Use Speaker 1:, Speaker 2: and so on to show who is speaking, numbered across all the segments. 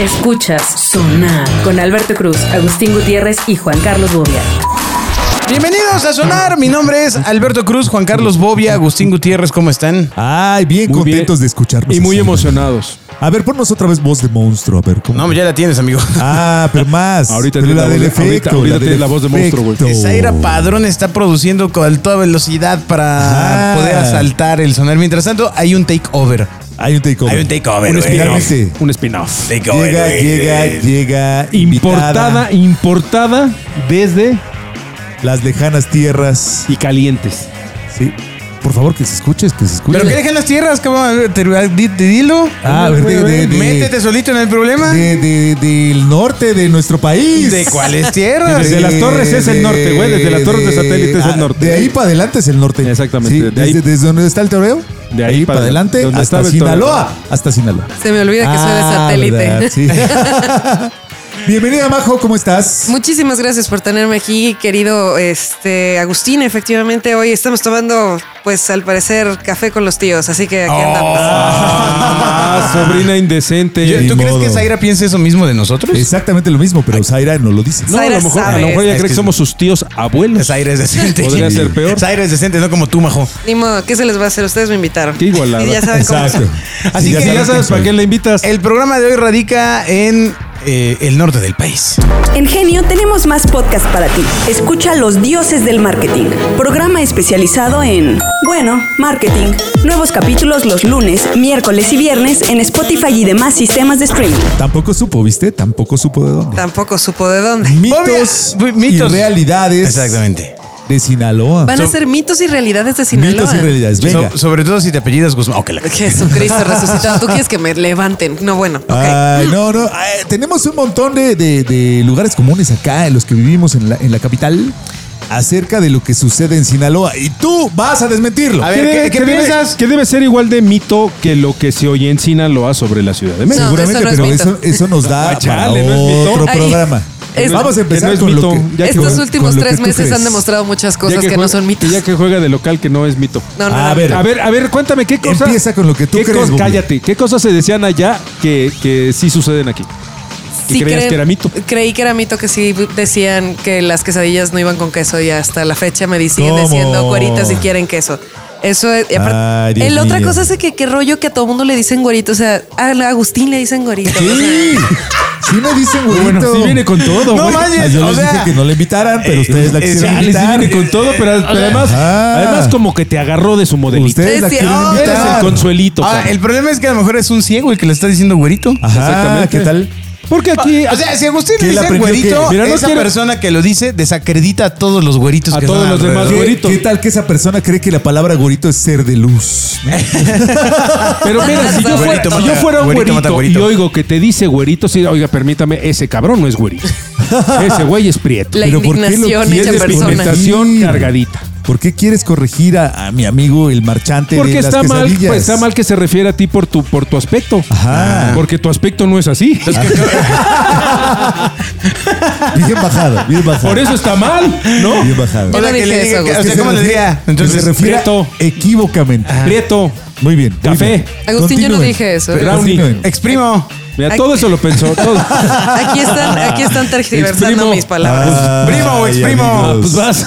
Speaker 1: Escuchas Sonar con Alberto Cruz, Agustín Gutiérrez y Juan Carlos Bobia.
Speaker 2: Bienvenidos a Sonar, mi nombre es Alberto Cruz, Juan Carlos Bobia, Agustín Gutiérrez, ¿cómo están?
Speaker 3: Ay, bien
Speaker 4: Muy
Speaker 3: contentos
Speaker 4: bien.
Speaker 3: de escucharnos.
Speaker 4: Y muy
Speaker 3: así.
Speaker 4: emocionados.
Speaker 3: A ver, ponnos otra vez voz de monstruo, a ver cómo.
Speaker 2: No, ya la tienes, amigo.
Speaker 3: Ah, pero más.
Speaker 4: Ahorita
Speaker 3: pero
Speaker 4: tiene la
Speaker 3: del
Speaker 4: voz de- ahorita-
Speaker 3: efecto.
Speaker 4: ahorita tiene
Speaker 3: del
Speaker 4: la voz de monstruo, güey.
Speaker 3: efecto.
Speaker 2: Zaira Padrón está produciendo con toda velocidad para
Speaker 3: Ah.
Speaker 2: poder asaltar el Sonar. Mientras tanto, hay un takeover.
Speaker 3: Hay un takeover.
Speaker 2: Hay un takeover,
Speaker 3: Un
Speaker 2: güey.
Speaker 3: espiralmente.
Speaker 4: Un spin-off.
Speaker 2: Takeover,
Speaker 3: Llega,
Speaker 2: güey.
Speaker 3: llega, llega.
Speaker 4: Importada,
Speaker 3: invitada,
Speaker 4: importada desde
Speaker 3: Las lejanas tierras.
Speaker 4: y calientes.
Speaker 3: Sí. Por favor, que se escuches, que se escuche.
Speaker 2: ¿Pero qué dejan las tierras, cabrón? Te- di- te- Dilo.
Speaker 3: Ah, a ver, de- de- de-
Speaker 2: Métete solito en el problema.
Speaker 3: De- de- del norte de nuestro país.
Speaker 2: ¿De cuáles tierras?
Speaker 4: Desde las torres es el norte, güey, desde las torres de satélite es el
Speaker 3: ah,
Speaker 4: norte.
Speaker 3: De ahí para adelante es el norte.
Speaker 4: Exactamente,
Speaker 3: Sí,
Speaker 4: de ahí-
Speaker 3: desde, desde donde está el toreo.
Speaker 4: De ahí
Speaker 3: para
Speaker 4: para
Speaker 3: adelante
Speaker 4: donde
Speaker 3: hasta
Speaker 4: estaba el toreo.
Speaker 3: Sinaloa. Hasta Sinaloa.
Speaker 5: Se me olvida que soy
Speaker 3: Ah,
Speaker 5: de satélite.
Speaker 3: ¿verdad? Sí. Bienvenida, Majo, ¿cómo estás?
Speaker 5: Muchísimas gracias por tenerme aquí, querido este Agustín. Efectivamente, hoy estamos tomando, pues al parecer, café con los tíos, así que aquí andamos.
Speaker 4: Ah, sobrina indecente.
Speaker 2: Yo-
Speaker 3: Ni
Speaker 2: ¿Tú crees
Speaker 3: modo.
Speaker 2: que Zaira piensa eso mismo de nosotros?
Speaker 3: Exactamente lo mismo, pero Zaira no lo dice.
Speaker 4: no, a lo
Speaker 5: Zaira
Speaker 4: mejor, a
Speaker 5: sabe.
Speaker 4: lo mejor ella
Speaker 2: Es
Speaker 4: cree
Speaker 2: que-
Speaker 4: que somos sus tíos abuelos.
Speaker 2: Zaira es decente.
Speaker 4: Podría ser peor.
Speaker 2: Zaira es decente, no como tú, majo.
Speaker 5: Ni modo, ¿qué se les va a hacer? Ustedes me invitaron.
Speaker 4: Qué igualada.
Speaker 5: Y ya saben cómo
Speaker 3: Exacto.
Speaker 5: son.
Speaker 2: Así
Speaker 3: Sí,
Speaker 2: que
Speaker 4: Ya sabes para quién la invitas.
Speaker 2: El programa de hoy radica en eh, el norte del país.
Speaker 1: En Genio tenemos más podcast para ti. Escucha Los Dioses del Marketing, programa especializado en, bueno, marketing. Nuevos capítulos los lunes, miércoles y viernes en Spotify y demás sistemas de streaming.
Speaker 3: Tampoco supo, ¿viste? Tampoco supo de dónde.
Speaker 5: Tampoco supo de dónde.
Speaker 3: Mitos,
Speaker 2: Obvia- mitos.
Speaker 3: y realidades
Speaker 2: Exactamente.
Speaker 3: de Sinaloa.
Speaker 5: Van a ser mitos y realidades de Sinaloa.
Speaker 3: Mitos y realidades. Venga.
Speaker 2: So- sobre todo si te apellidas Guzmán. Ok, la-
Speaker 5: Jesucristo resucitado. ¿Tú quieres que me levanten? No, bueno. ok.
Speaker 3: Ay, no, no. Ay, tenemos un montón de, de- de lugares comunes acá en los que vivimos en la, en la capital acerca de lo que sucede en Sinaloa. Y tú vas a desmentirlo.
Speaker 2: A ver,
Speaker 4: ¿Qué,
Speaker 2: ¿qué-
Speaker 4: debe-
Speaker 2: qué
Speaker 4: que debe-
Speaker 2: piensas?
Speaker 4: que debe ser igual de mito que lo que se oye en Sinaloa sobre la Ciudad de México.
Speaker 5: No,
Speaker 3: Seguramente,
Speaker 5: eso no es
Speaker 3: pero
Speaker 5: mito.
Speaker 3: eso, eso nos da
Speaker 4: Ah, chale,
Speaker 3: para
Speaker 4: no es mito.
Speaker 3: otro
Speaker 5: Ay,
Speaker 3: programa.
Speaker 5: es-
Speaker 3: Vamos a
Speaker 4: que no
Speaker 3: empezar
Speaker 4: es
Speaker 3: con
Speaker 4: mito,
Speaker 3: lo que...
Speaker 4: ya que-
Speaker 3: con
Speaker 5: Estos
Speaker 3: lo-
Speaker 5: últimos
Speaker 3: con lo
Speaker 5: tres
Speaker 3: que tú
Speaker 5: meses han
Speaker 3: crees.
Speaker 5: demostrado muchas cosas que, no
Speaker 4: juega-
Speaker 5: son mitos.
Speaker 4: Ya que juega de local que no es mito.
Speaker 5: No, no,
Speaker 3: A
Speaker 5: no.
Speaker 3: ver,
Speaker 4: A ver, a ver, cuéntame qué cosa.
Speaker 3: Empieza con lo que tú
Speaker 4: qué
Speaker 3: crees,
Speaker 4: cos-
Speaker 3: Bobby.
Speaker 4: cállate. ¿Qué cosas se decían allá que, que sí suceden aquí? ¿Y creías
Speaker 5: cre-
Speaker 4: que era mito?
Speaker 5: Creí que era mito que sí decían que las quesadillas no iban con queso y hasta la fecha me di- siguen
Speaker 3: ¿Cómo?
Speaker 5: diciendo cueritas si quieren queso. Eso es. y aparte-
Speaker 3: Ay, Dios
Speaker 5: el otra
Speaker 3: mío.
Speaker 5: cosa es de que qué rollo que a todo mundo le dicen güerito. O sea, a Agustín le dicen güerito. o sea,
Speaker 3: Sí, sí me dicen güerito.
Speaker 4: Bueno, sí viene con todo.
Speaker 2: No
Speaker 4: güey.
Speaker 2: manches,
Speaker 3: Ah, yo
Speaker 2: o
Speaker 3: les dije
Speaker 2: sea-
Speaker 3: que no le invitaran, pero ustedes la
Speaker 2: eh,
Speaker 3: quisieron
Speaker 4: Chale, sí
Speaker 3: invitar.
Speaker 4: viene con todo, pero,
Speaker 2: Ah.
Speaker 4: pero además,
Speaker 3: Ajá.
Speaker 4: además como que te agarró de su modelito.
Speaker 3: Ustedes la
Speaker 5: Sí,
Speaker 3: quieren
Speaker 5: ah,
Speaker 4: Eres el
Speaker 3: invitar.
Speaker 4: consuelito.
Speaker 2: Ahora,
Speaker 4: cabrón.
Speaker 2: Ah, el problema es que a lo mejor es un ciego el que le está diciendo güerito.
Speaker 3: Ajá,
Speaker 4: Exactamente.
Speaker 3: ah, ¿qué tal?
Speaker 4: Porque aquí
Speaker 2: Ah, O sea, si Agustín
Speaker 3: ¿Quién
Speaker 2: le
Speaker 3: la
Speaker 2: dice
Speaker 3: aprendió
Speaker 2: güerito,
Speaker 3: qué?
Speaker 4: Mira, no
Speaker 2: esa
Speaker 4: quiero-
Speaker 2: persona que lo dice desacredita a todos los güeritos
Speaker 4: A
Speaker 2: que
Speaker 4: todos
Speaker 2: están
Speaker 4: los demás
Speaker 2: alrededor.
Speaker 3: ¿Qué,
Speaker 4: Güerito.
Speaker 3: qué tal que esa persona cree que la palabra gorito es ser de luz?
Speaker 4: Pero mira, si yo, fuera,
Speaker 2: Güerito
Speaker 4: si
Speaker 2: mata-
Speaker 4: yo fuera un
Speaker 2: güerito
Speaker 4: güerito,
Speaker 2: mata
Speaker 4: y
Speaker 2: güerito.
Speaker 4: oigo que te dice güerito, sí, oiga, permítame, ese cabrón no es güerito. Ese güey es prieto.
Speaker 5: La
Speaker 3: ¿Pero por qué lo
Speaker 5: indignación
Speaker 3: quieres
Speaker 5: hecha
Speaker 4: es de
Speaker 5: persona.
Speaker 3: pintar?
Speaker 4: pigmentación
Speaker 3: Sí.
Speaker 4: cargadita.
Speaker 3: ¿Por qué quieres corregir a, a mi amigo el marchante
Speaker 4: Porque
Speaker 3: de las
Speaker 4: está mal,
Speaker 3: quesadillas?
Speaker 4: pues, está mal que se refiere a ti por tu, por tu aspecto. Ah.
Speaker 3: Ajá.
Speaker 4: Porque tu aspecto no es así.
Speaker 3: Bien bajado, bien bajado.
Speaker 4: Por eso está mal, ¿no?
Speaker 3: Bien bajado.
Speaker 2: O sea,
Speaker 5: Yo no
Speaker 2: que
Speaker 5: dije
Speaker 2: le
Speaker 5: eso,
Speaker 2: diga que- o
Speaker 5: Agustín.
Speaker 2: sea, ¿cómo le diría?
Speaker 3: Entonces,
Speaker 2: Entonces,
Speaker 3: se refiere
Speaker 4: prieto.
Speaker 3: equivocamente.
Speaker 4: Prieto.
Speaker 3: Muy bien. muy
Speaker 4: Café.
Speaker 3: bien.
Speaker 5: Agustín, yo no
Speaker 3: Continúen.
Speaker 5: dije eso. ¿eh?
Speaker 4: Brownie.
Speaker 3: Continúen.
Speaker 2: exprimo.
Speaker 4: Mira, todo eso lo pensó. todo.
Speaker 5: Aquí están, aquí están tergiversando
Speaker 4: Exprimo.
Speaker 5: mis palabras.
Speaker 3: Ah,
Speaker 2: Primo o
Speaker 3: Ay,
Speaker 2: exprimo.
Speaker 4: Ah,
Speaker 3: amigos.
Speaker 4: pues vas.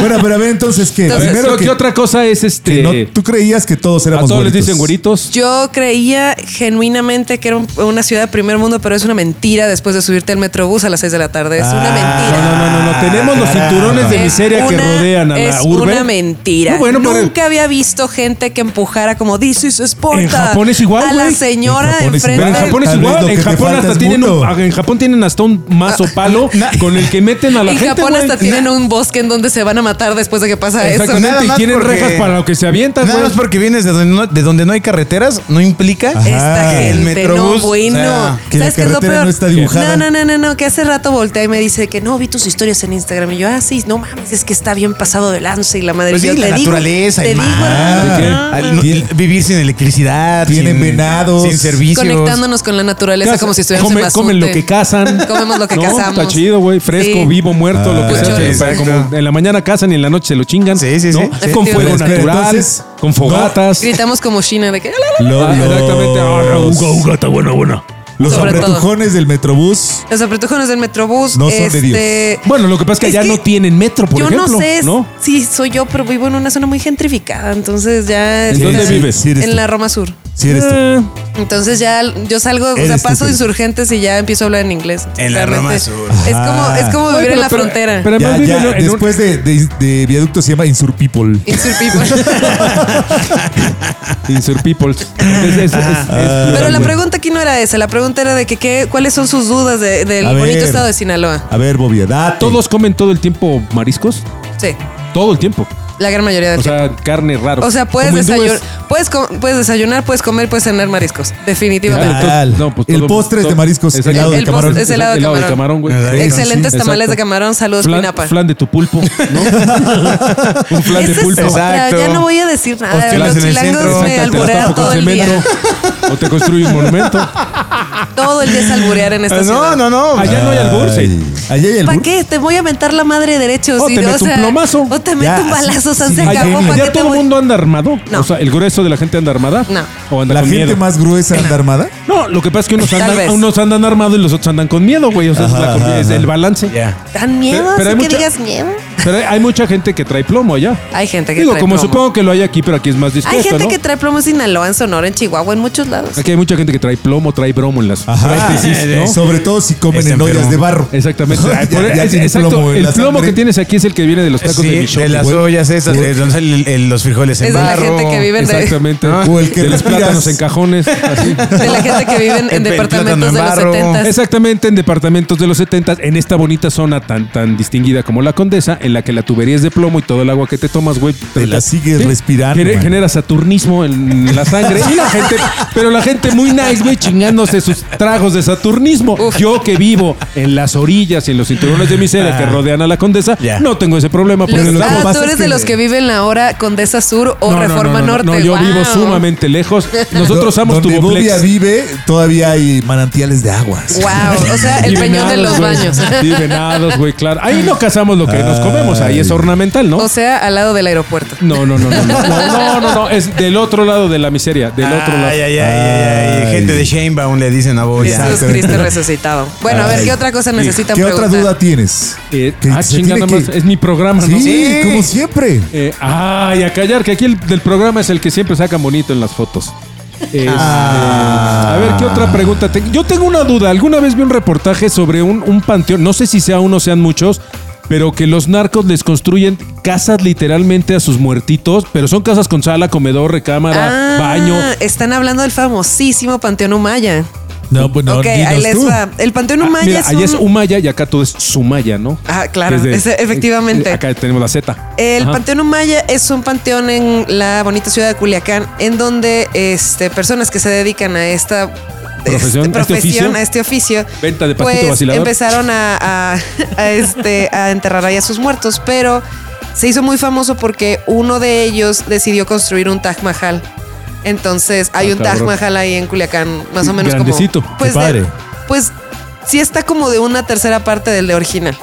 Speaker 3: Bueno, pero a ver, entonces, ¿qué?
Speaker 5: Entonces,
Speaker 3: Primero
Speaker 4: Pero
Speaker 3: que,
Speaker 4: ¿qué otra cosa es
Speaker 3: que
Speaker 4: este?
Speaker 3: no- tú creías que todos
Speaker 4: a
Speaker 3: éramos
Speaker 4: todos les
Speaker 3: güeritos.
Speaker 4: dicen güeritos.
Speaker 5: Yo creía genuinamente que era un- una ciudad de primer mundo, pero es una mentira después de subirte al metrobús a las 6 de la tarde. Es una mentira.
Speaker 4: Ah. No, no, no, no, no. Tenemos los
Speaker 3: Caramba.
Speaker 4: cinturones de
Speaker 5: Es
Speaker 4: miseria que
Speaker 5: una-
Speaker 4: rodean a la
Speaker 5: es
Speaker 4: urbe.
Speaker 5: una mentira.
Speaker 4: No, bueno, pero-
Speaker 5: Nunca había visto gente que empujara como This is Sparta",
Speaker 4: En Japón es igual,
Speaker 5: A la
Speaker 4: güey.
Speaker 5: señora
Speaker 3: En Japón es
Speaker 4: Pero en
Speaker 5: enfrente.
Speaker 3: Tal-
Speaker 4: Japón es
Speaker 3: tal vez lo
Speaker 4: igual.
Speaker 3: que
Speaker 4: En
Speaker 3: te
Speaker 4: Japón,
Speaker 3: falta
Speaker 4: hasta
Speaker 3: es
Speaker 4: tienen un,
Speaker 3: mundo.
Speaker 4: en Japón tienen hasta un mazo palo con el que meten a la
Speaker 5: Ah. En
Speaker 4: gente.
Speaker 5: Japón
Speaker 4: güey.
Speaker 5: hasta tienen un bosque en donde se van a matar después de que pasa eso.
Speaker 4: Exactamente.
Speaker 2: Nada
Speaker 4: y
Speaker 2: más
Speaker 4: tienen
Speaker 2: porque-
Speaker 4: rejas para lo que se avientan.
Speaker 2: Nada
Speaker 4: güey.
Speaker 2: más porque vienes de donde no, de donde no hay carreteras, no implica
Speaker 3: Ah,
Speaker 5: Esta
Speaker 2: que el
Speaker 5: gente, no,
Speaker 2: metrobús.
Speaker 5: bueno.
Speaker 2: o sea,
Speaker 3: que la
Speaker 5: ¿Sabes qué es lo
Speaker 3: carretera
Speaker 5: peor?
Speaker 3: no está dibujada.
Speaker 5: No, no, no, no, no, que hace rato voltea y me dice que no, vi tus historias en Instagram. Y yo, ah, sí, no mames, es que está bien pasado de lanza y la madre.
Speaker 2: Pues
Speaker 5: Yo,
Speaker 2: sí, la
Speaker 5: te digo,
Speaker 2: naturaleza,
Speaker 5: Te
Speaker 2: el
Speaker 5: digo,
Speaker 3: mar.
Speaker 5: hermano,
Speaker 3: ¿De qué?
Speaker 5: no,
Speaker 2: al-
Speaker 5: no,
Speaker 2: no- el- vivir sin electricidad,
Speaker 3: Tienen
Speaker 2: sin-
Speaker 3: venados.
Speaker 2: sin servicios.
Speaker 5: Conectándonos con la naturaleza como si estuviéramos
Speaker 4: Come-
Speaker 5: en Mazunte.
Speaker 4: Comen lo que cazan.
Speaker 5: Comemos lo que
Speaker 4: No,
Speaker 5: cazamos.
Speaker 4: Está chido, güey. Fresco,
Speaker 5: Sí. Ah,
Speaker 4: vivo, muerto, lo que sea.
Speaker 5: Cuchones.
Speaker 4: Para Como en la mañana cazan y en la noche se lo chingan.
Speaker 2: Sí, sí,
Speaker 4: ¿no?
Speaker 2: sí.
Speaker 4: Con fuego
Speaker 3: Pero,
Speaker 4: natural,
Speaker 3: entonces,
Speaker 4: con fogatas.
Speaker 5: Gritamos como China de que... "La, la, la".
Speaker 3: Lorios.
Speaker 4: Ah, exactamente. Ah, uga, uga,
Speaker 3: está bueno, bueno. Los
Speaker 5: Sobre
Speaker 3: apretujones del Metrobús.
Speaker 5: Los apretujones del Metrobús.
Speaker 3: No son de
Speaker 5: este,
Speaker 3: Dios.
Speaker 4: Bueno, lo que pasa es que
Speaker 5: Es
Speaker 4: allá
Speaker 5: que
Speaker 4: no tienen metro, por
Speaker 5: yo
Speaker 4: ejemplo.
Speaker 5: no sé
Speaker 4: ¿no?
Speaker 5: si soy yo, pero vivo en una zona muy gentrificada, entonces ya...
Speaker 4: ¿En
Speaker 5: está-
Speaker 4: dónde vives?
Speaker 3: Sí eres
Speaker 5: en
Speaker 3: tú.
Speaker 5: la Roma Sur.
Speaker 3: Si eres tú.
Speaker 4: Eh,
Speaker 5: Entonces ya yo salgo, o sea,
Speaker 3: Eres tú,
Speaker 5: paso
Speaker 3: Felipe.
Speaker 5: insurgentes y ya empiezo a hablar en inglés.
Speaker 2: En la Roma
Speaker 5: Realmente,
Speaker 2: Sur.
Speaker 5: Es como, es como
Speaker 4: Ah. Ay,
Speaker 5: vivir
Speaker 4: pero-
Speaker 5: en la
Speaker 4: pero-
Speaker 5: frontera.
Speaker 4: pero
Speaker 3: Ya,
Speaker 4: además viven
Speaker 3: ya,
Speaker 4: en un-
Speaker 3: después de, de- de viaducto se llama Insur People.
Speaker 5: Insur people.
Speaker 4: Insert people. Es- es- es- es-
Speaker 5: Pero la pregunta aquí no era esa, la pregunta era de que, qué- cuáles son sus dudas de- del
Speaker 3: A
Speaker 5: bonito
Speaker 3: ver.
Speaker 5: estado de Sinaloa.
Speaker 3: A ver, Bobia, date.
Speaker 4: ¿Todos comen todo el tiempo mariscos?
Speaker 5: Sí,
Speaker 4: Todo el tiempo.
Speaker 5: la gran mayoría del
Speaker 4: O sea, carne raro.
Speaker 5: tiempo. O sea, puedes
Speaker 4: Como hindúes.
Speaker 5: desayunar, puedes, com- puedes desayunar, puedes comer, puedes cenar mariscos, definitivamente.
Speaker 4: Claro, entonces- no, pues
Speaker 3: El
Speaker 4: todo-
Speaker 3: postre es de mariscos,
Speaker 4: Exacto.
Speaker 3: helado de
Speaker 5: El postre camarón. es helado de camarón.
Speaker 4: güey.
Speaker 2: Ahí,
Speaker 5: Excelentes
Speaker 4: sí,
Speaker 5: tamales
Speaker 4: exacto.
Speaker 5: de camarón, saludos Pinapa.
Speaker 4: Flan, flan de tu pulpo, ¿no? Un flan de
Speaker 5: Esa es
Speaker 4: pulpo.
Speaker 5: otra,
Speaker 2: Exacto.
Speaker 5: ya no voy a decir nada.
Speaker 2: Hostilidades
Speaker 5: Los
Speaker 2: en el
Speaker 5: chilangos
Speaker 2: centro.
Speaker 5: me
Speaker 4: Exacto, te las
Speaker 5: alburean
Speaker 4: tapo con
Speaker 5: todo el día.
Speaker 4: cemento, O te construye un monumento.
Speaker 5: Todo el día es alburear en esta ciudad.
Speaker 2: No, no, no.
Speaker 4: Allá no hay albur, sí.
Speaker 3: Allá hay el
Speaker 5: ¿Para
Speaker 3: bur-
Speaker 5: qué? Te voy a mentar la madre derecho.
Speaker 4: O
Speaker 5: sí,
Speaker 4: Oh, te meto un plomazo.
Speaker 5: O te meto
Speaker 3: Ya,
Speaker 5: un balazo. o sea,
Speaker 3: sí,
Speaker 5: se
Speaker 3: sí,
Speaker 5: acabó.
Speaker 3: ya,
Speaker 5: ¿Para
Speaker 4: ¿Ya
Speaker 5: qué
Speaker 4: todo
Speaker 5: te
Speaker 4: el
Speaker 5: voy-
Speaker 4: mundo anda armado?
Speaker 5: No.
Speaker 4: O sea, ¿el grueso de la gente anda armada?
Speaker 5: No.
Speaker 4: ¿O anda
Speaker 3: ¿La
Speaker 4: con
Speaker 3: gente
Speaker 4: miedo?
Speaker 3: más gruesa anda armada?
Speaker 4: No, lo que pasa es que unos
Speaker 5: Tal vez.
Speaker 4: andan, unos andan armados y los otros andan con miedo, güey. O sea, es, la-
Speaker 3: Ajá,
Speaker 4: es
Speaker 3: ajá.
Speaker 4: el balance.
Speaker 2: Ya.
Speaker 5: ¿Dan miedo?
Speaker 4: Pero- pero
Speaker 5: ¿Así
Speaker 4: hay
Speaker 5: que
Speaker 4: mucha-
Speaker 5: digas miedo?
Speaker 4: Pero hay- hay mucha gente que trae plomo allá.
Speaker 5: Hay gente que
Speaker 4: Digo,
Speaker 5: trae
Speaker 4: como
Speaker 5: plomo.
Speaker 4: supongo que lo hay aquí, pero aquí es más dispuesto,
Speaker 5: Hay gente
Speaker 4: ¿no?
Speaker 5: que trae plomo en Sinaloa, en Sonora, en Chihuahua, en muchos lados.
Speaker 4: Aquí hay mucha gente que trae plomo, trae bromo en las prótesis, Eh, ¿no?
Speaker 3: Sobre todo si comen
Speaker 2: Está
Speaker 3: en ollas
Speaker 2: enfermo.
Speaker 3: de barro.
Speaker 4: Exactamente.
Speaker 3: Ya-
Speaker 4: Por-
Speaker 3: ya
Speaker 4: es-
Speaker 3: tiene
Speaker 4: exacto,
Speaker 3: plomo en
Speaker 4: el
Speaker 3: la
Speaker 4: plomo
Speaker 3: sangre.
Speaker 4: que tienes aquí es el que viene de los tacos
Speaker 2: Sí,
Speaker 4: de
Speaker 2: de
Speaker 4: Michoacán.
Speaker 2: las ollas esas, de donde sale el- el- los frijoles en
Speaker 5: Es de la
Speaker 2: barro.
Speaker 5: gente que vive de,
Speaker 4: Exactamente.
Speaker 2: ¿no?
Speaker 3: O el que
Speaker 4: de los
Speaker 3: respiras.
Speaker 4: plátanos en cajones. así.
Speaker 5: de la gente que vive en, en
Speaker 2: El plátano
Speaker 5: departamentos
Speaker 2: en
Speaker 5: de los
Speaker 2: barro.
Speaker 5: 70.
Speaker 4: Exactamente, en departamentos de los 70, en esta bonita zona tan, tan distinguida como la Condesa, en la que la tubería es de plomo y todo el agua que te tomas, güey.
Speaker 3: Te la sigues respirando,
Speaker 4: gener-
Speaker 3: man.
Speaker 4: genera saturnismo en la sangre. y la gente, pero la gente muy nice, güey, chingándose sus tragos de saturnismo. Yo que vivo en las orillas y en los cinturones de miseria
Speaker 3: Ah.
Speaker 4: que rodean a la Condesa,
Speaker 2: Ya.
Speaker 4: no tengo ese problema. porque
Speaker 5: Los,
Speaker 4: pues, lo-
Speaker 3: que
Speaker 5: ah,
Speaker 3: pasa es
Speaker 5: tú eres de
Speaker 3: que-
Speaker 5: los que viven la hora Condesa Sur o
Speaker 4: No, no,
Speaker 5: Reforma
Speaker 4: no, no, no,
Speaker 5: Norte.
Speaker 4: No, yo vivo
Speaker 5: Guau.
Speaker 4: sumamente lejos. Nosotros
Speaker 3: Do-
Speaker 4: somos
Speaker 3: Donde Bobia
Speaker 4: tuboplex.
Speaker 3: vive, todavía hay manantiales de aguas.
Speaker 5: Wow, o sea,
Speaker 4: Y
Speaker 5: el peñón de
Speaker 4: venados,
Speaker 5: los
Speaker 4: güey.
Speaker 5: baños.
Speaker 4: Y venados, güey, claro. Ahí no cazamos lo que nos
Speaker 3: Ah.
Speaker 4: comemos, ahí es
Speaker 3: Ay.
Speaker 4: ornamental, ¿no?
Speaker 5: O sea, al lado del aeropuerto.
Speaker 4: No, no, no, no, no, no, no, no, es del otro lado de la miseria, del otro lado.
Speaker 2: Ay, ay, ay, ay, ay.
Speaker 3: Ay.
Speaker 2: Gente de Shanebaum le dicen a vos.
Speaker 5: Jesús
Speaker 3: Exacto.
Speaker 5: Cristo resucitado. Bueno, a ver,
Speaker 3: Ay.
Speaker 5: ¿qué otra cosa necesitan
Speaker 3: ¿Qué
Speaker 5: preguntar?
Speaker 3: otra duda tienes?
Speaker 4: Eh,
Speaker 3: Que
Speaker 4: ah,
Speaker 3: se
Speaker 4: chinga,
Speaker 3: tiene
Speaker 4: nada más,
Speaker 3: que-
Speaker 4: es mi programa, ¿no?
Speaker 3: Sí, como siempre.
Speaker 4: Eh, ay, a callar, que aquí el del programa es el que siempre saca bonito en las fotos. Este, A ver, ¿qué otra pregunta? tengo? Yo tengo una duda. Alguna vez vi un reportaje sobre un, un panteón, no sé si sea uno o sean muchos, pero que los narcos les construyen casas literalmente a sus muertitos, pero son casas con sala, comedor, recámara,
Speaker 5: Ah,
Speaker 4: baño.
Speaker 5: Están hablando del famosísimo Panteón Humaya.
Speaker 3: No, pues
Speaker 5: ok, ahí les va. El Panteón
Speaker 4: Ah,
Speaker 5: Humaya
Speaker 4: mira,
Speaker 5: es,
Speaker 4: allá
Speaker 5: un-
Speaker 4: es Humaya y acá todo es Sumaya, ¿no?
Speaker 5: Ah, claro,
Speaker 4: Que es de-
Speaker 5: ese- efectivamente.
Speaker 4: Acá tenemos la Z.
Speaker 5: El
Speaker 4: Ajá.
Speaker 5: Panteón Humaya es un panteón en la bonita ciudad de Culiacán, en donde este, personas que se dedican a esta
Speaker 4: Profesión,
Speaker 5: este,
Speaker 4: ¿este
Speaker 5: profesión,
Speaker 4: oficio?
Speaker 5: a este oficio,
Speaker 4: Venta de patito
Speaker 5: pues
Speaker 4: vacilador.
Speaker 5: empezaron a, a- a, este, a enterrar ahí a sus muertos, pero se hizo muy famoso porque uno de ellos decidió construir un Taj Mahal. Entonces hay
Speaker 4: Ah,
Speaker 5: un Taj
Speaker 4: cabrón.
Speaker 5: Mahal ahí en Culiacán, más o menos
Speaker 4: Grandecito.
Speaker 5: como... Pues,
Speaker 3: Qué padre.
Speaker 5: de- pues sí está como de una tercera parte del de original.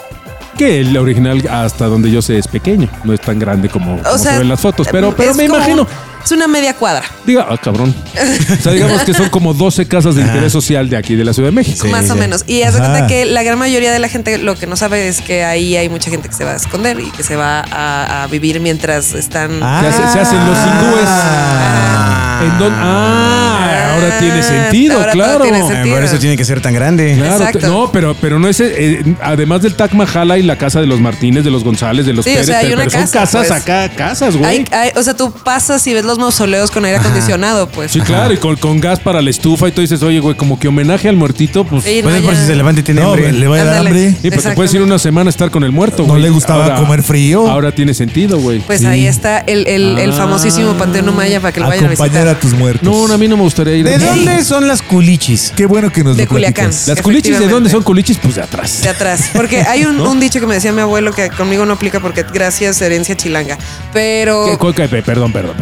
Speaker 4: Que el original, hasta donde yo sé, es pequeño. No es tan grande como, como se ven las fotos. Pero, pero
Speaker 5: es
Speaker 4: me
Speaker 5: como
Speaker 4: imagino.
Speaker 5: un- es una media cuadra,
Speaker 4: Diga, ah, cabrón. O sea, digamos que son como 12 casas de interés social de aquí, de la Ciudad de México.
Speaker 5: más o
Speaker 3: sí.
Speaker 5: menos. Y haz de
Speaker 3: Ajá.
Speaker 5: cuenta que la gran mayoría de la gente lo que no sabe es que ahí hay mucha gente que se va a esconder y que se va a, a vivir mientras están.
Speaker 4: Se, hace- se hacen los hindúes.
Speaker 2: Ah.
Speaker 4: En don- ah, ahora tiene sentido,
Speaker 5: Eh, Ahora todo
Speaker 4: claro.
Speaker 5: tiene sentido.
Speaker 2: Por eso tiene que ser tan grande.
Speaker 4: Claro,
Speaker 5: Exacto.
Speaker 4: te- no, pero, pero no es. eh, además del Tac Mahala y la casa de los Martínez, de los González, de los
Speaker 5: Sí, o
Speaker 4: Pérez,
Speaker 5: sea, hay
Speaker 4: pero,
Speaker 5: una
Speaker 4: pero son
Speaker 5: casa,
Speaker 4: casas
Speaker 5: pues.
Speaker 4: acá, casas, güey.
Speaker 5: Hay- hay- o sea, tú pasas y ves los mausoleos con aire acondicionado, pues.
Speaker 4: Sí, claro, y con, con gas para la estufa y tú dices, oye, güey, como que homenaje al muertito, pues.
Speaker 5: Sí,
Speaker 2: Pues es por
Speaker 5: ya-
Speaker 2: si se levanta y tiene
Speaker 3: No,
Speaker 2: hambre.
Speaker 3: le va a dar
Speaker 5: Ándale.
Speaker 3: hambre.
Speaker 4: Sí, porque
Speaker 5: Exacto.
Speaker 4: puedes ir una semana a estar con el muerto,
Speaker 3: No
Speaker 4: güey.
Speaker 3: le gustaba comer frío.
Speaker 4: Ahora tiene sentido, güey.
Speaker 5: Pues
Speaker 4: Sí.
Speaker 5: ahí está el, el- el famosísimo Panteón Maya para que lo vayan a
Speaker 3: Acompañar
Speaker 5: visitar.
Speaker 3: a tus muertos.
Speaker 4: No, a mí no me gustaría ir.
Speaker 2: ¿De
Speaker 4: a-
Speaker 2: dónde son las culichis?
Speaker 3: Qué bueno que nos
Speaker 5: De
Speaker 3: lo
Speaker 5: Culiacán.
Speaker 3: platicas.
Speaker 4: Las culichis, ¿de
Speaker 5: Efectivamente.
Speaker 4: dónde son culichis? Pues de atrás.
Speaker 5: De atrás. Porque hay un, un dicho que me decía mi abuelo que conmigo no aplica porque gracias herencia chilanga.
Speaker 4: ¿Qué-
Speaker 5: Pero
Speaker 4: cuál- qué- perdón, perdón. perdón.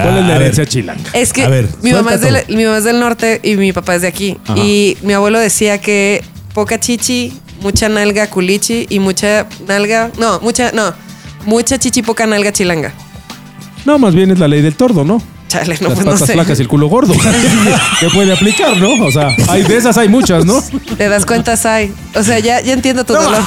Speaker 4: ¿Cuál
Speaker 3: Ah,
Speaker 4: es
Speaker 3: a
Speaker 4: la
Speaker 3: ver.
Speaker 4: herencia chilanga?
Speaker 5: es que
Speaker 3: A ver,
Speaker 5: mi, mamá es
Speaker 3: suelta
Speaker 5: del, mi mamá es del norte y mi papá es de aquí.
Speaker 4: Ajá.
Speaker 5: Y mi abuelo decía que poca chichi, mucha nalga culichi y mucha nalga. No, mucha, no. Mucha chichi, poca nalga chilanga.
Speaker 4: No, más bien es la ley del tordo, ¿no?
Speaker 5: chale, no,
Speaker 4: las
Speaker 5: pues no
Speaker 4: patas
Speaker 5: sé.
Speaker 4: flacas y el culo gordo. que puede aplicar, ¿no? O sea, hay de esas hay muchas, ¿no?
Speaker 5: Te das cuenta, Sai. O sea, ya, ya entiendo tu dolor.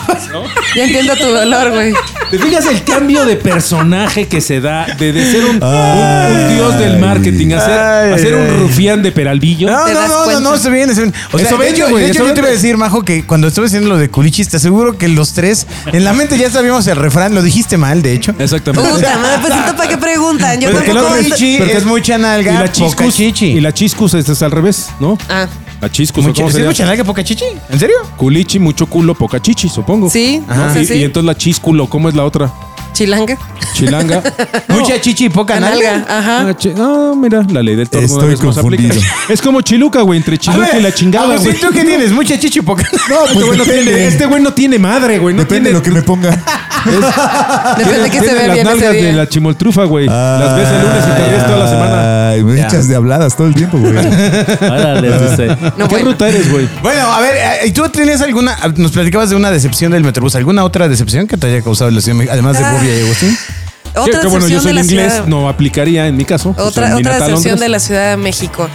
Speaker 5: Ya entiendo tu dolor, güey.
Speaker 4: ¿Te fijas el cambio de personaje que se da de, de ser un, un-
Speaker 3: Ay.
Speaker 4: un dios del marketing a ser, a
Speaker 2: Ay,
Speaker 4: ser
Speaker 2: ay.
Speaker 4: un rufián de Peralvillo?
Speaker 2: No,
Speaker 5: ¿Te
Speaker 2: no,
Speaker 5: das
Speaker 2: no, no,
Speaker 5: cuenta?
Speaker 2: no, está bien, está bien. O sea,
Speaker 4: Eso
Speaker 2: de
Speaker 4: vende,
Speaker 2: hecho,
Speaker 4: güey,
Speaker 2: de hecho,
Speaker 4: eso
Speaker 2: yo te iba a
Speaker 4: vende.
Speaker 2: decir, Majo, que cuando estuve haciendo lo de culichis, te aseguro que los tres en la mente ya sabíamos el refrán, lo dijiste mal, de hecho.
Speaker 4: Exactamente.
Speaker 5: Puta madre, pues esto para qué preguntan. Yo
Speaker 2: Pero
Speaker 4: Pues,
Speaker 2: que
Speaker 5: tampoco.
Speaker 2: lo Richie
Speaker 4: porque-
Speaker 2: es mucha nalga,
Speaker 4: y la
Speaker 2: poca
Speaker 4: chiscus,
Speaker 2: chichi.
Speaker 4: Y la chiscus este es al revés, ¿no?
Speaker 5: Ah,
Speaker 4: La chiscus,
Speaker 2: Mucha-
Speaker 4: ¿cómo
Speaker 2: ¿sí
Speaker 4: se
Speaker 2: ¿Es
Speaker 4: llama?
Speaker 2: mucha nalga, poca chichi? ¿En serio?
Speaker 4: Culichi, mucho culo, poca chichi, supongo.
Speaker 5: Sí,
Speaker 4: ¿No?
Speaker 5: Ajá.
Speaker 4: Y,
Speaker 5: sí, sí.
Speaker 4: y entonces la chisculo, ¿cómo es la otra?
Speaker 5: chilanga.
Speaker 4: Chilanga.
Speaker 2: Mucha chichi y poca
Speaker 5: Canalga.
Speaker 2: nalga.
Speaker 5: Ajá.
Speaker 4: Ah, chi- ah, mira, la ley del torno
Speaker 3: Estoy confundido.
Speaker 4: Es como Chiluca, güey, entre
Speaker 2: A
Speaker 4: Chiluca
Speaker 2: ver,
Speaker 4: y la
Speaker 2: a
Speaker 4: chingada,
Speaker 2: ver,
Speaker 4: güey.
Speaker 2: ¿sí ¿Tú qué tienes? Mucha chichi y poca
Speaker 3: No, pues
Speaker 4: Este güey no
Speaker 3: depende.
Speaker 4: tiene- este güey no tiene madre, güey. No
Speaker 3: Depende
Speaker 4: tiene,
Speaker 3: de lo que me ponga.
Speaker 5: Depende que se
Speaker 4: Ah, tiene
Speaker 5: vea
Speaker 4: las
Speaker 5: bien ese
Speaker 4: nalgas
Speaker 5: día.
Speaker 4: de la chimoltrufa, güey. las ves el lunes y te ves toda la
Speaker 2: Ah,
Speaker 4: semana.
Speaker 3: Ay, me echas de habladas todo el tiempo, güey.
Speaker 5: No,
Speaker 4: ¿Qué
Speaker 5: bueno.
Speaker 4: ruta eres, güey?
Speaker 2: Bueno, a ver, eh, ¿y tú tenías alguna, nos platicabas de una decepción del Metrobús, alguna otra decepción que te haya causado la ciudad, de México, además de
Speaker 5: Ah.
Speaker 2: Bobia y Agustín?
Speaker 5: Otra
Speaker 4: Que- que bueno, yo
Speaker 5: excepción de
Speaker 4: soy
Speaker 5: la
Speaker 4: inglés,
Speaker 5: ciudad.
Speaker 4: no aplicaría Pues en mi caso. O sea,
Speaker 5: Otra,
Speaker 4: mi
Speaker 5: otra
Speaker 4: natal
Speaker 5: decepción
Speaker 4: Londres.
Speaker 5: de la Ciudad de México.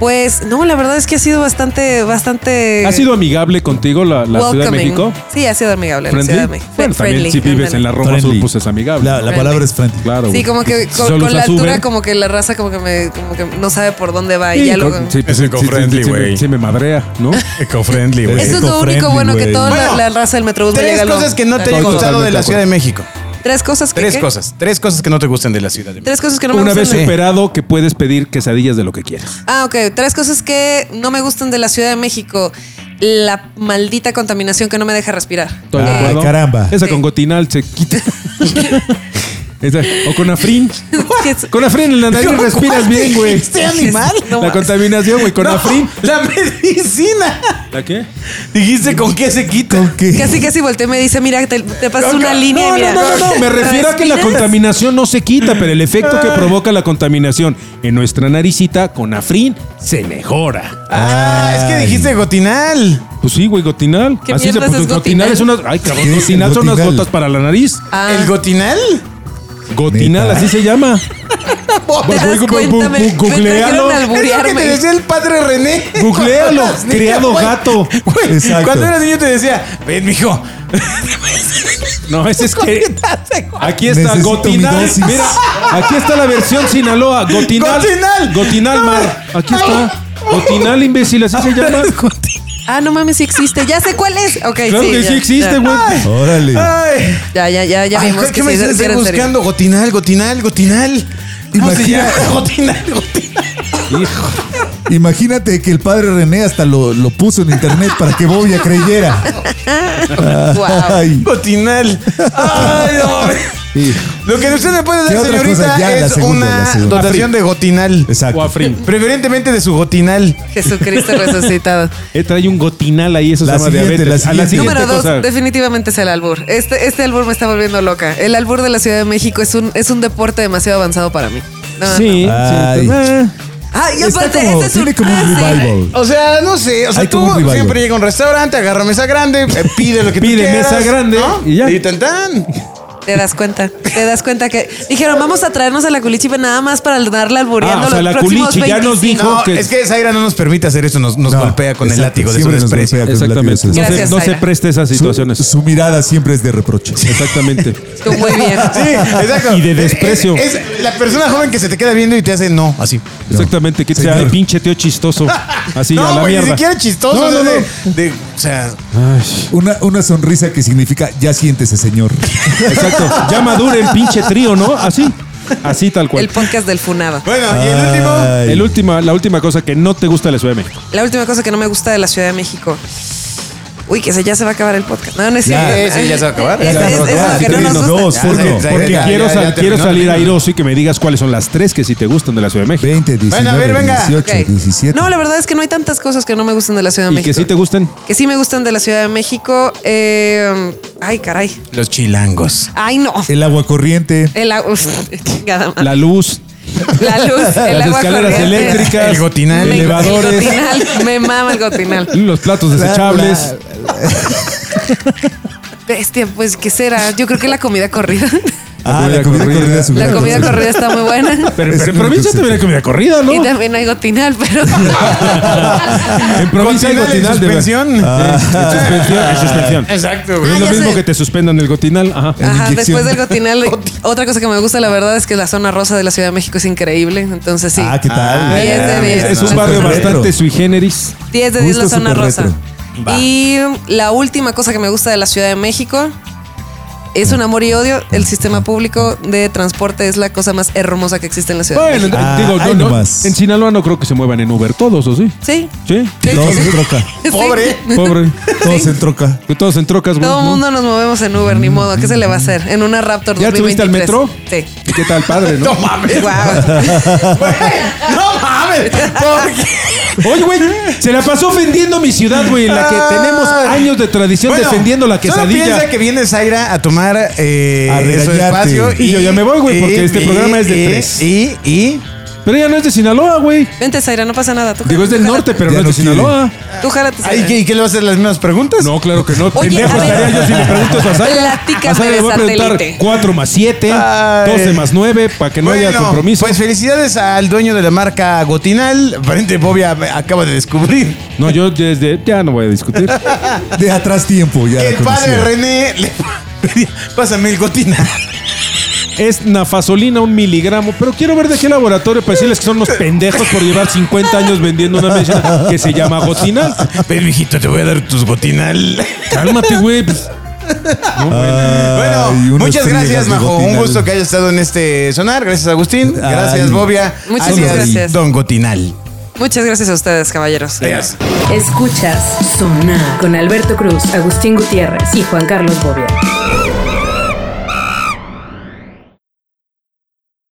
Speaker 5: Pues no, la verdad es que ha sido bastante, bastante.
Speaker 4: ¿Ha sido amigable contigo la, la Ciudad de
Speaker 5: welcoming.
Speaker 4: México?
Speaker 5: Sí, ha sido amigable la
Speaker 4: ¿Friendly?
Speaker 5: Ciudad de México.
Speaker 4: Bueno, también
Speaker 5: Friendly,
Speaker 4: si vives
Speaker 5: ándale.
Speaker 4: en la Roma
Speaker 3: Friendly.
Speaker 4: Sur, pues es amigable.
Speaker 3: La, la
Speaker 4: ¿no?
Speaker 3: palabra es friendly.
Speaker 4: Claro.
Speaker 5: Sí,
Speaker 4: güey.
Speaker 5: como que
Speaker 4: Si
Speaker 5: con,
Speaker 4: solo
Speaker 5: con la
Speaker 4: usas
Speaker 5: altura,
Speaker 4: Uber,
Speaker 5: como que la raza como que me, como que no sabe por dónde va y
Speaker 4: sí,
Speaker 5: ya
Speaker 4: con-
Speaker 5: luego.
Speaker 4: sí,
Speaker 2: Es
Speaker 4: sí,
Speaker 2: eco-friendly,
Speaker 4: sí, sí,
Speaker 2: güey.
Speaker 4: Sí, me madrea, ¿no?
Speaker 2: Eco-friendly,
Speaker 3: güey.
Speaker 5: Eso es lo
Speaker 3: eco-friendly,
Speaker 5: único bueno que
Speaker 3: güey.
Speaker 5: toda la-
Speaker 2: Bueno,
Speaker 5: la, raza del Metrobús me
Speaker 2: Tres
Speaker 5: llega
Speaker 2: cosas
Speaker 5: luego.
Speaker 2: que no te haya
Speaker 4: Estoy
Speaker 2: gustado de
Speaker 4: totalmente de
Speaker 2: la
Speaker 4: acuerdo.
Speaker 2: Ciudad de México.
Speaker 5: Tres cosas que
Speaker 2: Tres
Speaker 5: ¿qué?
Speaker 2: cosas, tres cosas que no te gustan de la Ciudad de México.
Speaker 5: Tres cosas que no me
Speaker 4: Una
Speaker 5: gustan
Speaker 4: vez
Speaker 5: de-
Speaker 4: superado que puedes pedir quesadillas de lo que quieras.
Speaker 5: Ah, ok. Tres cosas que no me gustan de la Ciudad de México. La maldita contaminación que no me deja respirar.
Speaker 4: Estoy de
Speaker 3: Ah,
Speaker 4: acuerdo.
Speaker 3: caramba.
Speaker 4: Esa
Speaker 5: Sí.
Speaker 4: con gotinal se quita. Esa- o con afrin.
Speaker 5: Que es-
Speaker 4: Con afrin en la nariz respiras bien, güey.
Speaker 2: ¿Este animal?
Speaker 5: No
Speaker 4: la
Speaker 5: mames.
Speaker 4: contaminación, güey, con
Speaker 2: No,
Speaker 4: afrin.
Speaker 2: La medicina.
Speaker 4: ¿La qué?
Speaker 2: Dijiste con qué se quita.
Speaker 3: ¿Qué?
Speaker 5: Casi, casi volteé y me dice, mira, te, te pasas
Speaker 2: No,
Speaker 5: una
Speaker 2: no,
Speaker 5: línea y
Speaker 4: No,
Speaker 5: mira.
Speaker 4: no, no, no, no. Me refiero a que la
Speaker 5: Respiras.
Speaker 4: contaminación no se quita, pero el efecto que provoca la contaminación en nuestra naricita con afrin se mejora.
Speaker 2: Ah, es que dijiste gotinal.
Speaker 4: Pues sí, güey, gotinal.
Speaker 5: ¿Qué
Speaker 4: Así
Speaker 5: mierdas es
Speaker 4: gotinal
Speaker 5: gotinal?
Speaker 4: es unas. Ay, cabrón,
Speaker 3: ¿Qué es el
Speaker 4: gotinal son unas
Speaker 3: gotinal?
Speaker 4: gotas para la nariz.
Speaker 5: Ah,
Speaker 2: ¿El gotinal?
Speaker 4: Gotinal,
Speaker 3: Neta.
Speaker 4: así se llama.
Speaker 5: ¿Te das
Speaker 4: Gu- gu-
Speaker 5: cuenta? Me-
Speaker 4: gu-
Speaker 5: me trajeron a
Speaker 2: Es lo que te
Speaker 5: alburearme.
Speaker 2: decía el padre René.
Speaker 4: Googlealo,
Speaker 2: Cuando eras niño,
Speaker 4: criado
Speaker 2: güey.
Speaker 4: gato.
Speaker 2: Güey,
Speaker 3: Exacto.
Speaker 2: Cuando eras niño te decía, ven, mijo.
Speaker 4: No, ese es que. Aquí está
Speaker 3: Necesito mi
Speaker 4: Gotinal.
Speaker 3: dosis.
Speaker 4: Mira, aquí está la versión Sinaloa. Gotinal.
Speaker 2: Gotinal.
Speaker 4: Gotinal Mar. Aquí está. Gotinal, imbécil, así se llama.
Speaker 5: Ah, no mames, sí existe. Ya sé cuál es. Ok,
Speaker 4: Claro
Speaker 5: sí.
Speaker 4: que
Speaker 5: ya,
Speaker 4: sí existe, güey.
Speaker 3: Órale.
Speaker 5: Ah,
Speaker 2: Ay.
Speaker 5: Ya, ya, ya, ya
Speaker 2: Ay,
Speaker 5: vimos
Speaker 2: ¿qué-
Speaker 5: que
Speaker 2: ¿Qué me
Speaker 5: sí,
Speaker 2: estás
Speaker 5: sí era en serio.
Speaker 2: buscando? Gotinal, gotinal, gotinal. ¿Cómo se
Speaker 3: Imagina-
Speaker 2: llama? Gotinal, gotinal.
Speaker 4: Hijo.
Speaker 3: Imagínate que el padre René hasta lo, lo puso en internet para que Bobia creyera.
Speaker 5: Guau.
Speaker 3: Ay.
Speaker 2: Gotinal. Ay, no. Lo que usted me puede
Speaker 3: ¿Qué
Speaker 2: dar,
Speaker 3: otra cosa?
Speaker 2: señorita,
Speaker 3: Ya, la
Speaker 2: es
Speaker 3: segunda, la
Speaker 2: una
Speaker 3: segunda.
Speaker 2: dotación de gotinal.
Speaker 4: O
Speaker 3: Exacto.
Speaker 4: Afrin.
Speaker 2: Preferentemente de su gotinal.
Speaker 5: Jesucristo resucitado.
Speaker 4: Eh, trae un gotinal ahí, eso
Speaker 3: La
Speaker 4: se llama
Speaker 3: siguiente,
Speaker 4: diabetes.
Speaker 3: la
Speaker 4: A la
Speaker 3: siguiente.
Speaker 4: siguiente
Speaker 5: Número dos,
Speaker 4: cosa.
Speaker 5: definitivamente es el albur. Este, este albur me está volviendo loca. El albur de la Ciudad de México es un, es un deporte demasiado avanzado para mí. No,
Speaker 4: Sí, sí.
Speaker 3: Ay.
Speaker 4: Ah.
Speaker 5: Ah, y
Speaker 3: Está
Speaker 5: aparte,
Speaker 3: como-
Speaker 5: este es
Speaker 3: tiene
Speaker 5: un.
Speaker 3: como
Speaker 5: ah,
Speaker 3: un
Speaker 5: sí.
Speaker 3: revival.
Speaker 2: O sea, no sé. O sea,
Speaker 3: Hay como
Speaker 2: tú
Speaker 3: un revival.
Speaker 2: siempre llega a un restaurante, agarra mesa grande, eh, pide lo que tú
Speaker 4: Pide
Speaker 2: quieras.
Speaker 4: mesa grande,
Speaker 2: ¿no?
Speaker 4: y ya.
Speaker 2: Y tan tan.
Speaker 5: Te das cuenta. Te das cuenta que dijeron, vamos a traernos a la culichipa nada más para darle alboreando
Speaker 4: Ah, o sea,
Speaker 5: los
Speaker 4: la
Speaker 5: próximos
Speaker 4: culichi ya nos
Speaker 5: 25.
Speaker 4: dijo
Speaker 2: No,
Speaker 4: que-
Speaker 2: es que Zaira no nos permite hacer eso. Nos, nos
Speaker 3: No,
Speaker 2: golpea con el
Speaker 3: exacto,
Speaker 2: látigo de su
Speaker 3: siempre nos
Speaker 2: desprecio.
Speaker 3: golpea con el látigo de
Speaker 4: pues, Exactamente.
Speaker 3: su
Speaker 4: No, se,
Speaker 5: Gracias,
Speaker 4: no se
Speaker 5: Zaira.
Speaker 4: preste a esas
Speaker 3: desprecio. Su,
Speaker 4: situaciones.
Speaker 3: su mirada siempre es de reproche.
Speaker 4: Exactamente.
Speaker 5: Tú muy bien.
Speaker 2: Sí, exacto.
Speaker 4: Y de desprecio.
Speaker 2: Es, es la persona joven que se te queda viendo y te hace no, así.
Speaker 4: Exactamente. Que sea
Speaker 3: Señor.
Speaker 4: el pinche tío chistoso. Así, a
Speaker 2: no,
Speaker 4: la
Speaker 2: güey, ni
Speaker 4: mierda.
Speaker 2: siquiera chistoso.
Speaker 3: No,
Speaker 2: o sea,
Speaker 3: no,
Speaker 2: de-
Speaker 3: no.
Speaker 2: de- o sea,
Speaker 3: Una, una sonrisa que significa ya siéntese, señor.
Speaker 4: Exacto. Ya madure el pinche trío, ¿no? Así. Así tal cual.
Speaker 5: El podcast del Funaba.
Speaker 2: bueno, y el último.
Speaker 3: Ay.
Speaker 4: El última, la última cosa que no te gusta de la Ciudad de México.
Speaker 5: La última cosa que no me gusta de la Ciudad de México. Uy, que se, ya se va a acabar el podcast. No, no es
Speaker 2: Ya,
Speaker 5: cierto.
Speaker 2: sí, ya se va a acabar. Ya
Speaker 5: Es,
Speaker 2: se va a
Speaker 5: es- es
Speaker 3: acabar.
Speaker 5: lo que no nos
Speaker 3: Tres,
Speaker 5: gusta.
Speaker 3: dos,
Speaker 2: Ya,
Speaker 3: uno.
Speaker 2: ya, ya,
Speaker 4: Porque
Speaker 2: ya,
Speaker 4: quiero,
Speaker 2: ya,
Speaker 4: sal-
Speaker 2: ya
Speaker 4: quiero
Speaker 2: terminó.
Speaker 4: salir airoso y que me digas cuáles son las tres que sí te gustan de la Ciudad de México.
Speaker 3: 20, 19,
Speaker 2: Bueno, a ver, venga.
Speaker 3: 18,
Speaker 5: Ok.
Speaker 3: 17.
Speaker 5: No, la verdad es que no hay tantas cosas que no me gustan de la Ciudad
Speaker 4: Y
Speaker 5: de México.
Speaker 4: que sí te gusten.
Speaker 5: Que sí me gustan de la Ciudad de México. eh, ay, caray.
Speaker 2: Los chilangos.
Speaker 5: Ay, no.
Speaker 3: El agua corriente.
Speaker 5: El agua. uf, chingada madre.
Speaker 4: La luz,
Speaker 5: La, luz, el
Speaker 4: las
Speaker 5: agua
Speaker 4: escaleras
Speaker 5: corriente.
Speaker 4: eléctricas,
Speaker 2: El gotinal.
Speaker 5: Me-
Speaker 4: elevadores,
Speaker 5: El gotinal. Me mama el gotinal.
Speaker 4: los platos desechables.
Speaker 5: Bestia, pues, ¿qué será? Yo creo que la comida corrida.
Speaker 3: Ah, la comida corrida. su
Speaker 5: La
Speaker 3: gran
Speaker 5: comida
Speaker 3: concepto.
Speaker 5: corrida está muy buena.
Speaker 4: Pero,
Speaker 3: Es
Speaker 4: pero en
Speaker 3: un
Speaker 4: provincia
Speaker 3: concepto.
Speaker 4: también hay comida corrida, ¿no?
Speaker 5: Y también hay gotinal, pero.
Speaker 4: En provincia hay
Speaker 2: Gotinal en
Speaker 4: gotinal. de Ah. verdad.
Speaker 2: suspensión.
Speaker 3: Ah,
Speaker 4: Sí, en suspensión. En suspensión.
Speaker 2: Exacto,
Speaker 4: Es lo
Speaker 5: Ah, ya
Speaker 4: mismo
Speaker 5: sé. Ah,
Speaker 4: que te suspendan el gotinal. Ajá.
Speaker 5: Ajá,
Speaker 3: inyección.
Speaker 5: después del gotinal. otra cosa que me gusta, la verdad, es que la zona rosa de la Ciudad de México es increíble. Entonces, sí.
Speaker 3: Ah, ¿qué tal?
Speaker 5: Ah, ya sé,
Speaker 4: Es,
Speaker 5: bien.
Speaker 4: es un
Speaker 5: No,
Speaker 4: barrio
Speaker 5: está
Speaker 4: bastante
Speaker 3: Retro.
Speaker 4: sui generis.
Speaker 5: 10 de 10 la
Speaker 3: Gusto
Speaker 5: zona
Speaker 3: súper
Speaker 5: rosa.
Speaker 3: retro. Va.
Speaker 5: Y la última cosa que me gusta de la Ciudad de México es un amor y odio. El sistema público de transporte es la cosa más hermosa que existe en la ciudad. de
Speaker 4: Bueno,
Speaker 3: Ah,
Speaker 4: digo, no,
Speaker 3: ahí
Speaker 4: no,
Speaker 3: nomás.
Speaker 4: en Sinaloa no creo que se muevan en Uber todos, ¿o sí?
Speaker 5: México. Sí.
Speaker 4: Sí.
Speaker 5: sí,
Speaker 3: Todos
Speaker 5: sí,
Speaker 3: en
Speaker 5: sí.
Speaker 3: troca.
Speaker 5: Sí.
Speaker 2: Pobre.
Speaker 4: Pobre.
Speaker 3: Todos en troca.
Speaker 4: Que todos en trocas, güey.
Speaker 5: Todo el
Speaker 4: ¿no?
Speaker 5: mundo nos movemos en Uber, ni modo. ¿Qué se le va a hacer? En una Raptor
Speaker 4: ¿Ya
Speaker 5: 2023.
Speaker 4: subiste al metro?
Speaker 5: Sí.
Speaker 4: ¿Y qué tal, padre, no?
Speaker 5: Guau.
Speaker 2: No mames. ¿Por qué?
Speaker 4: Oye, güey, se la pasó ofendiendo mi ciudad, güey, en la que
Speaker 2: Ay.
Speaker 4: tenemos
Speaker 5: Ah.
Speaker 4: años de tradición
Speaker 2: Bueno,
Speaker 4: defendiendo la
Speaker 2: Solo
Speaker 4: quesadilla.
Speaker 2: piensa que viene Zaira a tomar eh,
Speaker 3: A
Speaker 2: de su
Speaker 3: regañarte.
Speaker 2: espacio.
Speaker 4: Y yo ya me voy, güey, porque este programa es de
Speaker 2: y-
Speaker 4: tres.
Speaker 2: Y, y.
Speaker 4: Pero ella no es de Sinaloa, güey.
Speaker 5: Vente, Zaira, no pasa nada. Tú
Speaker 4: Digo,
Speaker 5: jálate,
Speaker 4: es del
Speaker 5: tú
Speaker 4: norte, pero
Speaker 3: Ya
Speaker 4: no es de
Speaker 3: no quiere.
Speaker 4: Sinaloa.
Speaker 5: jálate. Tú jálate,
Speaker 2: Ay,
Speaker 5: Zaira.
Speaker 2: ¿qué- ¿Y qué le vas a hacer las mismas preguntas?
Speaker 4: No, claro que no.
Speaker 5: Oye,
Speaker 4: Pendejo
Speaker 5: a ver.
Speaker 4: estaría yo si le preguntas a Zaira.
Speaker 5: Platícame
Speaker 4: A Zaira le
Speaker 5: de
Speaker 4: voy a preguntar
Speaker 5: satélite.
Speaker 4: 4 más 7,
Speaker 2: Ay.
Speaker 4: 12 más 9, para que no haya
Speaker 2: Bueno,
Speaker 4: compromiso.
Speaker 2: Pues felicidades al dueño de la marca Gotinal. Aparente Bobia acaba de descubrir
Speaker 4: No, yo desde. Ya no voy a discutir.
Speaker 3: De atrás tiempo, ya.
Speaker 2: que el
Speaker 3: la conocía.
Speaker 2: padre René le pedía, pásame el Gotinal.
Speaker 4: Es nafasolina, un miligramo. Pero quiero ver de qué laboratorio para decirles que son los pendejos por llevar 50 años vendiendo una medicina que se llama gotina.
Speaker 2: Pero hijito, te voy a dar tus Gotinal.
Speaker 4: Cálmate, güey. pues.
Speaker 3: Ay,
Speaker 2: bueno,
Speaker 3: unas
Speaker 2: muchas gracias,
Speaker 3: fregas de
Speaker 2: Majo. Un
Speaker 3: Gotinal.
Speaker 2: gusto que hayas estado en este sonar. Gracias, Agustín. Gracias,
Speaker 3: Ay.
Speaker 2: Bobia.
Speaker 5: Muchas
Speaker 2: alias
Speaker 5: gracias.
Speaker 2: Don Gotinal.
Speaker 5: Muchas gracias a ustedes, caballeros.
Speaker 2: Gracias.
Speaker 6: Escuchas Sonar con Alberto Cruz, Agustín Gutiérrez y Juan Carlos Bobia.